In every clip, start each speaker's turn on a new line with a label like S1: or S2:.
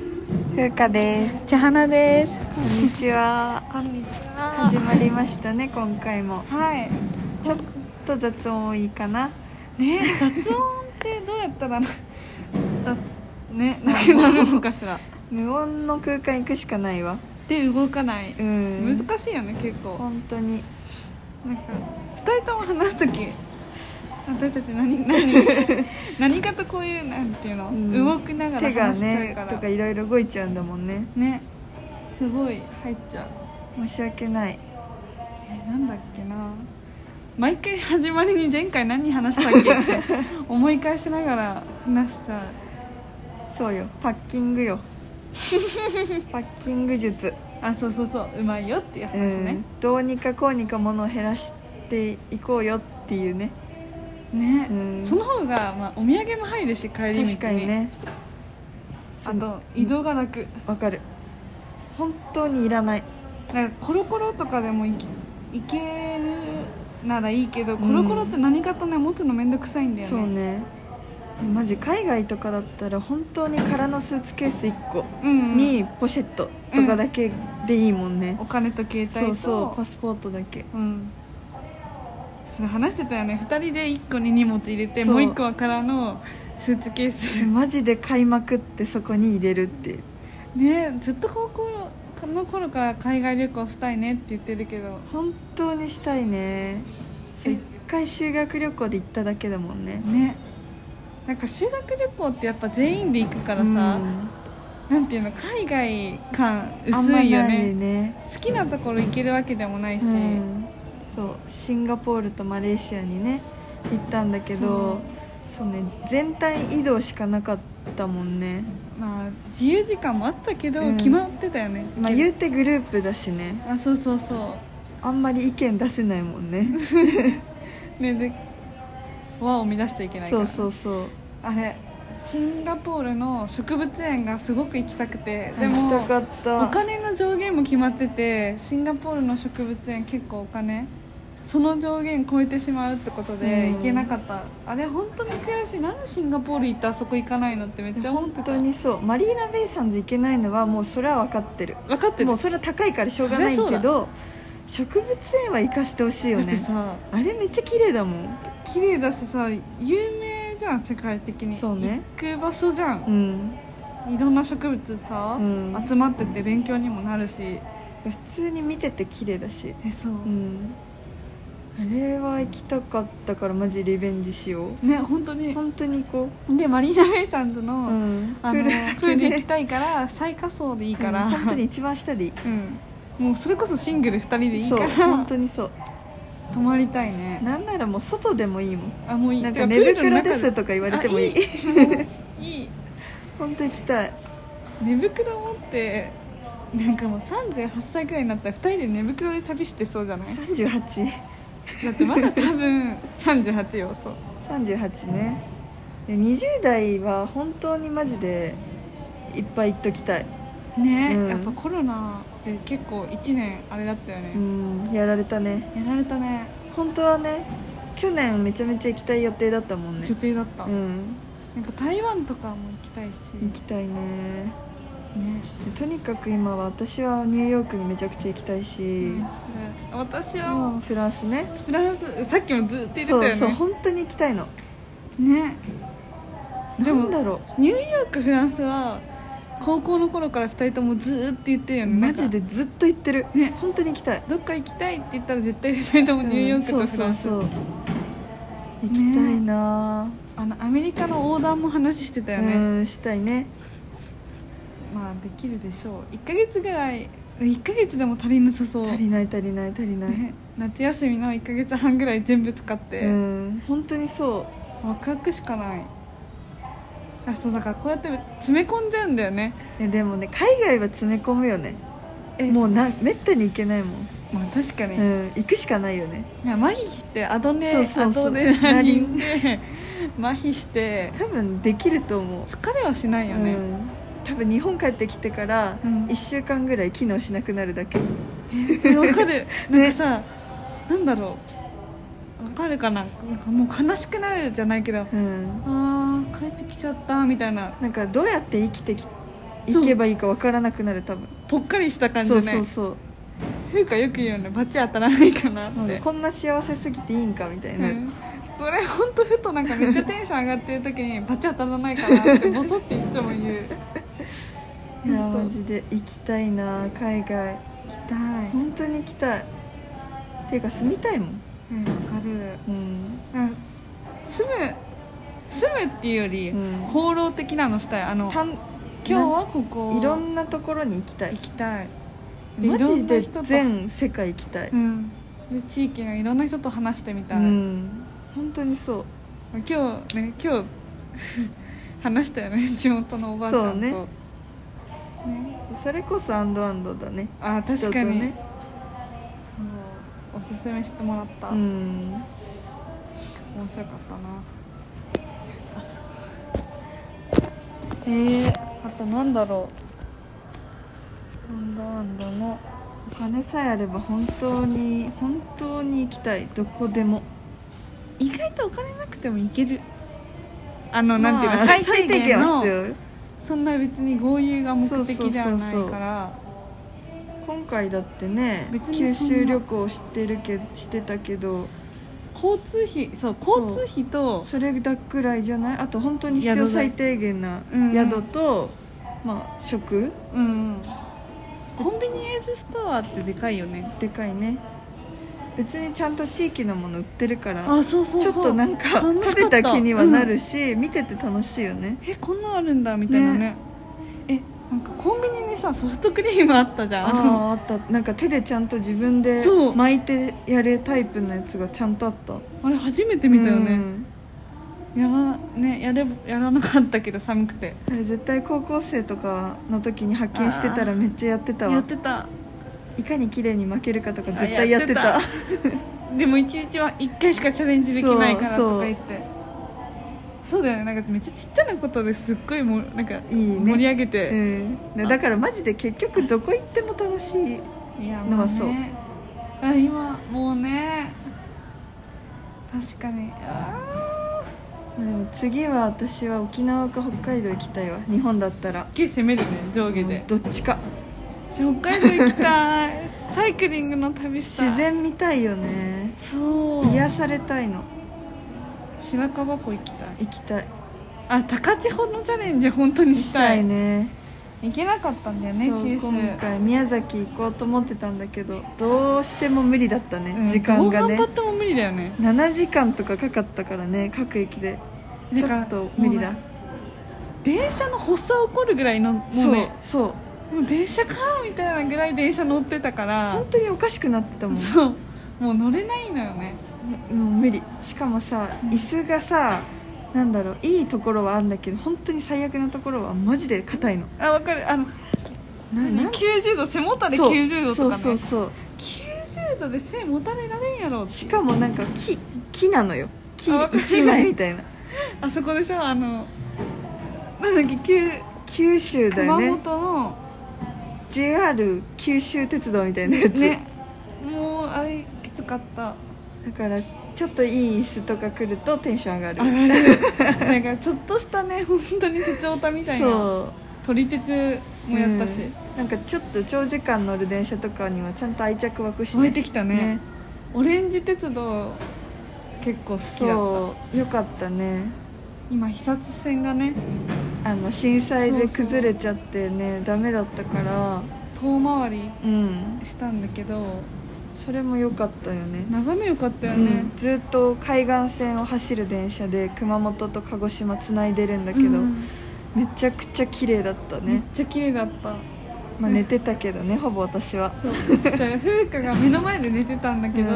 S1: 風花です
S2: 千花です。
S1: こんにちは
S2: こんにちは
S1: 始まりましたね今回も
S2: はい。
S1: ちょっと雑音多いかな
S2: ね、雑音ってどうやったらな、だね、なくなるのかしら。
S1: 無音の空間行くしかないわ
S2: で動かない。
S1: うん
S2: 難しいよね結構。
S1: 本当に
S2: なんか二人とも話すとき、私たち何何何かとこういうなんていうの、
S1: うん
S2: 動きながら
S1: 手が
S2: 話しちゃ
S1: ね
S2: うから。
S1: とかいろいろ動いちゃうんだもんね
S2: ね、すごい入っちゃ
S1: 申
S2: う。
S1: し訳ない
S2: えなんだっけな毎回始まりに前回何話したっけって思い返しながら話した
S1: そうよパッキングよパッキング術、
S2: あそうそうそううまいよっていう話
S1: う
S2: ね
S1: ん、どうにかこうにか物を減らしていこうよっていうね
S2: ね、
S1: うん
S2: その方が、まあ、お土産も入るし帰り道に
S1: 確かにね
S2: あと移動が楽
S1: わかる本当にいらない
S2: なんかコロコロとかでも行き行けるならいいけど、
S1: ん
S2: コロコロって何かとね持つの面倒くさいんだよね
S1: そうねマジ海外とかだったら本当に空のスーツケース1個
S2: うんうん
S1: にポシェットとかだけでいいもんね、
S2: お金と携帯と
S1: そうそうパスポートだけ
S2: うんそれ話してたよね2人で1個に荷物入れて
S1: そう
S2: もう1個は空のスーツケース
S1: マジで買いまくってそこに入れるって
S2: ねずっと高校の頃から海外旅行したいねって言ってるけど
S1: 本当にしたいねそう
S2: え
S1: 一回修学旅行で行っただけだもんね
S2: ねなんか修学旅行ってやっぱ全員で行くからさ、
S1: うん
S2: なんていうの海外感
S1: あんま
S2: 薄
S1: ない
S2: いよ
S1: ね
S2: ね好きなところ行けるわけでもないし、
S1: うん、そうシンガポールとマレーシアにね行ったんだけどそうね全体移動しかなかったもんね
S2: まあ自由時間もあったけど、
S1: うん
S2: 決まってたよね、
S1: まあ言うてグループだしね
S2: あそうそうそう
S1: あんまり意見出せないもんね
S2: ねで輪を乱しちゃいけないか
S1: そ
S2: ら
S1: うそうそう
S2: あれシンガポールの植物園がすごく行きたくてで
S1: 行きた
S2: も
S1: か
S2: お
S1: った
S2: 金の上限も決まっててシンガポールの植物園結構お金その上限超えてしまうってことで
S1: うん
S2: 行けなかった、あれ本当に悔しいなんでシンガポール行ってあそこ行かないのってめっちゃ思っ
S1: 本
S2: てた
S1: 当にそうマリーナ・ベイ・サンズ行けないのはもうそれは分かってる
S2: 分かってる
S1: もうそれは高いからしょうがない
S2: そり
S1: け
S2: ゃそ
S1: ど植物園は行かせてほしいよ
S2: だ って
S1: ね
S2: さ
S1: あれめっちゃ綺麗だもん
S2: 綺麗だしさ有名じゃん世界的に
S1: そうね
S2: 行く場所じゃ、
S1: うんん
S2: いろんな植物さ、
S1: うん
S2: 集まってて勉強にもなるし
S1: 普通に見てて綺麗だし
S2: えそう、
S1: うんあれは行きたかったからマジリベンジしよ
S2: ね本当
S1: う
S2: に
S1: 本当に行こ
S2: でマリーナ・ベイサンズの,、
S1: ううん
S2: あのプール行き
S1: ね
S2: たいから最下層でいい
S1: うん
S2: から、うん、
S1: 本当に一番下でいい
S2: もうそれこそシングル2人でいい
S1: そう
S2: から
S1: 本当にそう
S2: 泊まりたいね
S1: なんならもう外でもいいもん
S2: あもういい
S1: なん
S2: て
S1: か寝袋で
S2: プー
S1: す
S2: ルの中
S1: とか言われてもいい
S2: あいいいい
S1: 本当行きたい
S2: 寝袋持ってなんかもう38歳くらいになったら2人で寝袋で旅してそうじゃない
S1: 3838
S2: だってまだ多分38よそう
S1: ねで20代は本当にマジでいっぱい行っときたい
S2: ね、
S1: うん
S2: やっぱコロナで結構1年あれだったよ
S1: う
S2: ね、
S1: んやられたね
S2: やられたね
S1: 本当はね去年めちゃめちゃ行きたい予定だったもんね
S2: 予定だった、
S1: うん
S2: なんか台湾とかも行きたいし、
S1: 行きたいね
S2: ね、
S1: とにかく今は私はニューヨークにめちゃくちゃ行きたいし、
S2: 私
S1: も
S2: は
S1: うフランスね
S2: フランスさっきもずっと言ってたよ
S1: そ
S2: ね
S1: うそう本当に行きたいの
S2: ねでも
S1: なんだろ
S2: ニューヨークフランスは高校の頃から2人ともずっと言ってる
S1: う
S2: よね
S1: マジ
S2: なんか
S1: でずっと行ってる、
S2: ね
S1: 本当に行きたい
S2: どっか行きたいって言ったら絶対2人ともニューヨーク
S1: うん
S2: とフランス、
S1: そうそうそう行きたいな、
S2: あのアメリカの横断も話してたよね、
S1: うんしたいね
S2: まあできるでしょう1ヶ月ぐらい1ヶ月でも足りなさそう
S1: 足りない足りない足りない、
S2: ね、夏休みの1ヶ月半ぐらい全部使って、
S1: うん本当にそ
S2: ワクワクしかないあそうだからこうやって詰め込んじゃうんだよね
S1: うえでもね海外は詰め込むよね
S2: え
S1: もうなめったに行けないもん、
S2: まあ確かに、
S1: う
S2: い
S1: ん、行くしかないよね
S2: や麻痺してアドネ
S1: そうそうそう
S2: アドネナリンで麻痺して
S1: 多分できると思う
S2: 疲れはしないよ
S1: う
S2: ね、
S1: ん、多分日本帰ってきてから
S2: うん
S1: 1週間ぐらい機能しなくなるだけ、
S2: えわ かるなんかさ、なんだろうわかるかななんかもう悲しくなるじゃないけど、あ
S1: うん、
S2: あー帰ってきちゃったみたいな
S1: なんかどうやって生きてき行けばいいか分からなくなる多分
S2: ぽっかりした感じ
S1: そ
S2: ね
S1: うそうそう
S2: 風花よく言うよねバチ当たらないかなって、
S1: なんかこんな幸せすぎていいんかみたいな、
S2: うんそれ本当ふとなんかめっちゃテンション上がってる時にバチ当たらないかなってボソっていつも 言う
S1: いや
S2: 本当
S1: マジで行きたいな海外
S2: 痛い
S1: 本当に行きたいっていうか住みたいもん
S2: うんわかる
S1: うん
S2: うん住む住むっていうより、
S1: うん
S2: 放浪的なのしたいあの
S1: た
S2: 今
S1: ん
S2: 日はここ
S1: いろんなところに行きた
S2: 行
S1: い
S2: きたいで
S1: マジ
S2: い
S1: で
S2: ろんな人と
S1: 全世界行きたい
S2: うんで地域のいろんな人と話してみた
S1: う
S2: い、
S1: ん本当にそう
S2: 今日ね今日 話したよね地元のおばあちゃんと
S1: そうね
S2: ね
S1: それこそアンドアンドだね
S2: あ
S1: 人
S2: 確
S1: と
S2: かに、
S1: ね
S2: そうおすすめしてもらった、
S1: うん
S2: 面白かったなえー、あとなんだろうなんだなんだの
S1: お金さえあれば本当に本当に行きたいどこでも
S2: 意外とお金なくてもいけるあの、なんていう
S1: まあ
S2: の最低
S1: 最低
S2: 限
S1: 限
S2: の
S1: は必要よ
S2: そんな別に豪遊が目的ではない
S1: そうそうそうそ
S2: か
S1: う
S2: ら
S1: 今回だってね
S2: 別にそん
S1: 九
S2: な
S1: 州旅行してるけしてたけど
S2: 交通費そう
S1: そう
S2: 交通費と
S1: それだくらいじゃないあと本当に必
S2: 宿
S1: 要
S2: 代
S1: 最低限な
S2: うん
S1: 宿と、まあ食
S2: うんコンビニエンスストアってでかいよね
S1: でかいね別にちゃんと地域のもの売ってるから
S2: あそうそう
S1: ちょ
S2: そう
S1: っとなんか
S2: 楽し
S1: 食
S2: かっ
S1: べた気にはなるし、見てて楽しいよね
S2: えこんなんあるんだみたいなねえなんかコンビニにさソフトクリームあったじゃん
S1: あああったなんか手でちゃんと自分で
S2: そう
S1: 巻いてやるタイプのやつがちゃんとあった
S2: あれ初めて見たよ
S1: う
S2: ね、
S1: ん
S2: やらねやれやらなかったけど寒くて
S1: あれ絶対高校生とかの時に発見してたらめっちゃやってた
S2: や
S1: わ
S2: ってた
S1: いかに綺麗に巻けるかとか
S2: あ
S1: 絶対やってた
S2: やってでも一日は1回しかチャレンジできないから
S1: そう
S2: とか言ってそうだよねなんかめっちゃちっちゃなことですっごいもうなんか
S1: いいね
S2: 盛り上げて
S1: うん、だからマジで結局どこ行っても楽しい
S2: いや
S1: の
S2: も
S1: は
S2: うね
S1: そう
S2: あ今もうね確かにあ
S1: ま
S2: ー
S1: あでも次は私は沖縄か北海道行きたいわ日本だったら
S2: すっげえ攻めるね上下で
S1: もうどっちか
S2: 私北海道行きたいサイクリングの旅したい
S1: 自然見たいよね
S2: そう
S1: 癒されたいの
S2: 白樺湖行きたい
S1: 行きたい
S2: あ高千穂のチャレンジ本当に
S1: し
S2: した
S1: た
S2: い
S1: いね
S2: 行けなかったんだよね
S1: そう
S2: 九州
S1: 今回宮崎行こうと思ってたんだけどどうしても無理だったね、
S2: うん
S1: 時間がね
S2: どう頑張っても無理だよね
S1: 7時間とかかかったからね各駅で
S2: な
S1: ち
S2: ん
S1: ょ
S2: か
S1: っと無理だ
S2: もうなんか電車の発作起こるぐらいのもう
S1: そう
S2: ね
S1: そう
S2: もう電車かみたいなぐらい電車乗ってたから
S1: 本当におかしくなってたもん
S2: そうもう乗れないのよね
S1: ももう無理しかもさ椅子がさなんだろういいところはあるんだけど本当に最悪なところはマジで硬いの
S2: あわかるあの
S1: ななん
S2: 90度背もたれ
S1: そう
S2: 90度とかね
S1: そうそうそう
S2: 90度で背もたれられんやろって
S1: しかもなんか木木なのよ木
S2: あわかる
S1: 一枚みたいな
S2: あそこでしょあのなんだっけ九
S1: 九州だよ
S2: 熊
S1: ね
S2: 本の
S1: JR 九州鉄道みたいなやつ、
S2: ねもうあれきつかった
S1: だからちょっといい椅子とか来るとテンション上がる
S2: 上が るなんかちょっとしたね本当に鉄オタみたいな
S1: そ
S2: 撮り鉄
S1: う
S2: もやったし、
S1: うんなんかちょっと長時間乗る電車とかにはちゃんと愛着湧くし
S2: 湧いてきたね
S1: ね
S2: オレンジ鉄道結構好きだった
S1: そうよかったね
S2: 今肥薩線がね
S1: あの震災で崩れちゃってねダメだったから
S2: 遠回り
S1: うん
S2: したんだけど
S1: それも良かったよね
S2: 眺めよかったよね、
S1: うん、ずっと海岸線を走る電車で熊本と鹿児島つないでるんだけど、
S2: うん
S1: めちゃくちゃ綺麗だった
S2: めっ
S1: ね、
S2: ちゃ綺麗だった
S1: まあ、寝てたけどねほぼ私は
S2: そうだから風花が目の前で寝てたんだけど、
S1: うん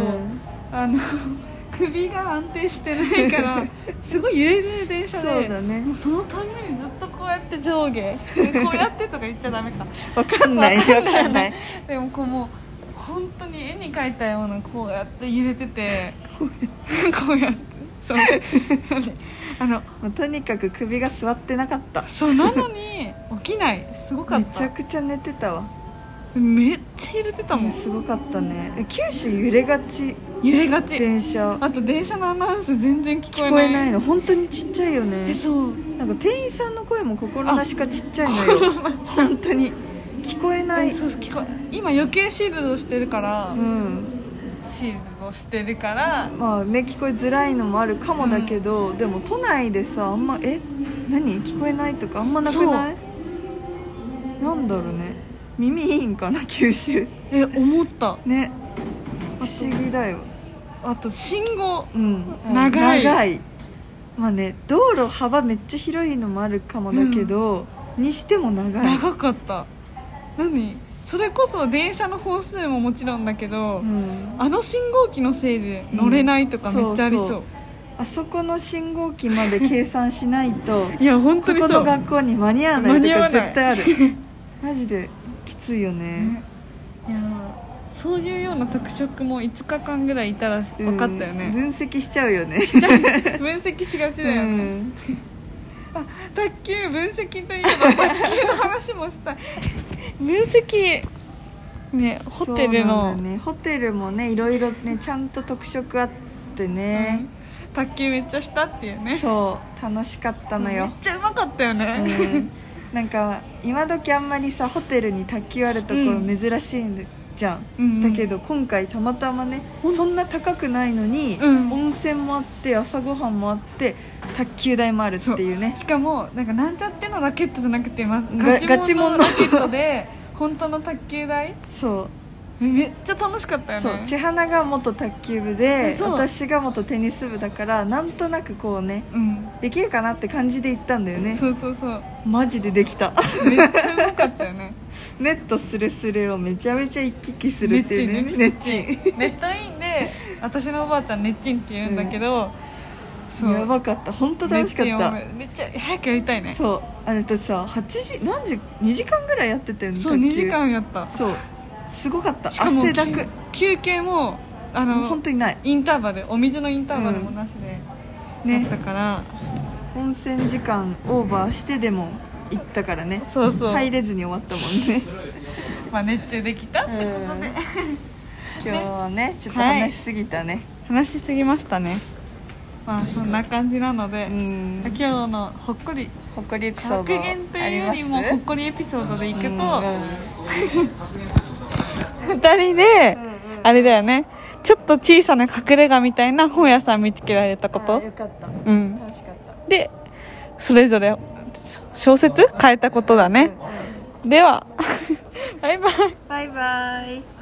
S2: あの 首が安定してな いからすごい揺れる電車で
S1: そうだね
S2: もうそのためにずっとこうやって 上下こうやってとか言っちゃダメか
S1: わかん ないわかんない
S2: でもこうもう本当に絵に描いたようなこうやって揺れて てこうやってそうあの
S1: もうとにかく首が座ってなかった
S2: そうなのに起きないすごかっ
S1: め
S2: た
S1: ちゃくちゃ寝てたわ
S2: めっちゃ揺れてたもん
S1: すごかったねえ九州揺れがち
S2: 揺れがち
S1: 電車
S2: あと電車のアナウンス全然聞こ
S1: 聞
S2: え
S1: こ
S2: ない
S1: えないの本当にちっちゃいよ
S2: え
S1: ね
S2: そう
S1: なんか店員さんの声も心なしかちっちゃいのよ本当に聞こえない
S2: え そう聞こえ今余計シールドしてるから、
S1: うん
S2: シールドしてるから
S1: まあね聞こえづらいのもあるかもだけど、でも都内でさあんまえ何聞こえないとかあんまなくないなんだろうね耳いいんかな九 州
S2: え思った
S1: ね不思議だよ
S2: あと信号
S1: うん
S2: 長い
S1: まあね道路幅めっちゃ広いのもあるかもだけど、にしても長い
S2: 長かった何それこそ電車の本数ももちろんだけど、
S1: うん、
S2: あの信号機のせいで乗れないとか
S1: うん
S2: めっちゃありそう,、
S1: そうあそこの信号機まで計算しないと
S2: いや 本
S1: こ
S2: 当にそ
S1: こ
S2: う
S1: の学校に間に合わないと
S2: 間に合
S1: か
S2: わない
S1: 絶対あるマジできついよね
S2: ねいやーそういうような特色も5日間ぐらいいたら
S1: うん
S2: 分かったよね、
S1: 分析しちゃうよね
S2: 分析しがち
S1: う
S2: だよね、
S1: ん
S2: 卓球分析といえば卓球の話もしたい分析ねホテル
S1: そうな
S2: の、
S1: んだね、ホテルもねいろいろねちゃんと特色あって
S2: うん
S1: ね、
S2: 卓球めっちゃしたっていうね
S1: そう楽しかったのよ
S2: めっちゃうまかったよ
S1: う
S2: ね
S1: ん、なんか今時あんまりさホテルに卓球あるところ
S2: うん
S1: 珍しいんでじゃん、
S2: うんうん
S1: だけど今回たまたまね
S2: ほん
S1: そんな高くないのに、
S2: うん
S1: 温泉もあって朝ごはんもあって卓球台もあるっていうね
S2: しかもなんかなんちゃってのラケットじゃなくて、ま、
S1: ガ
S2: ガチモンの
S1: ガ
S2: ラ
S1: チ
S2: ケ
S1: モンの
S2: ットで本当の卓球台
S1: そう
S2: めっちゃ楽しかったよね
S1: そう千花が元卓球部で
S2: えそう
S1: 私が元テニス部だからなんとなくこうね
S2: うん
S1: できるかなって感じで行ったんだよね
S2: そうそうそう
S1: マジでできた
S2: めっちゃうまかったよね
S1: ネットスレスレをめちゃめちゃ行き来するっていうね
S2: ネ
S1: ネ
S2: ッ
S1: ッ
S2: チ
S1: チ
S2: ン
S1: ン
S2: ネットインで私のおばあちゃんネッチンって言うんだけど、そう
S1: やばかった本当楽しかっ
S2: めち
S1: た
S2: ゃめっちゃ早くやりたいね
S1: そうあれだってさ8時何時2時間ぐらいやってたよね
S2: そう
S1: 卓球
S2: 2時間やった
S1: そうすごかった
S2: しかも
S1: 汗だく
S2: 休休憩もあ
S1: もう
S2: の
S1: 本当にない
S2: インターバルお水のインターバルもなしで、やった
S1: ね
S2: から
S1: 温泉時間オーバーしてでも行ったからね
S2: そうそう、
S1: 入れずに終わったもんね
S2: まあ、熱中できたってこと
S1: う
S2: で
S1: ん今日はねちょっと話しすぎたね、
S2: 話しすぎましたねまあそんな感じなので、
S1: うん
S2: 今日のほっこり
S1: ほっこりエピソー
S2: 格
S1: ド
S2: 言と
S1: あり
S2: いうよ
S1: ま
S2: りも
S1: す
S2: ほっこりエピソードでいくと、
S1: うん
S2: 2人で、
S1: うんうん
S2: あれだよねちょっと小さな隠れ家みたいな本屋さん見つけられたこ
S1: あ
S2: と
S1: よかった楽
S2: うん
S1: しかった
S2: でそれぞれ小説変えたことだね、では バイバイ
S1: バイバイ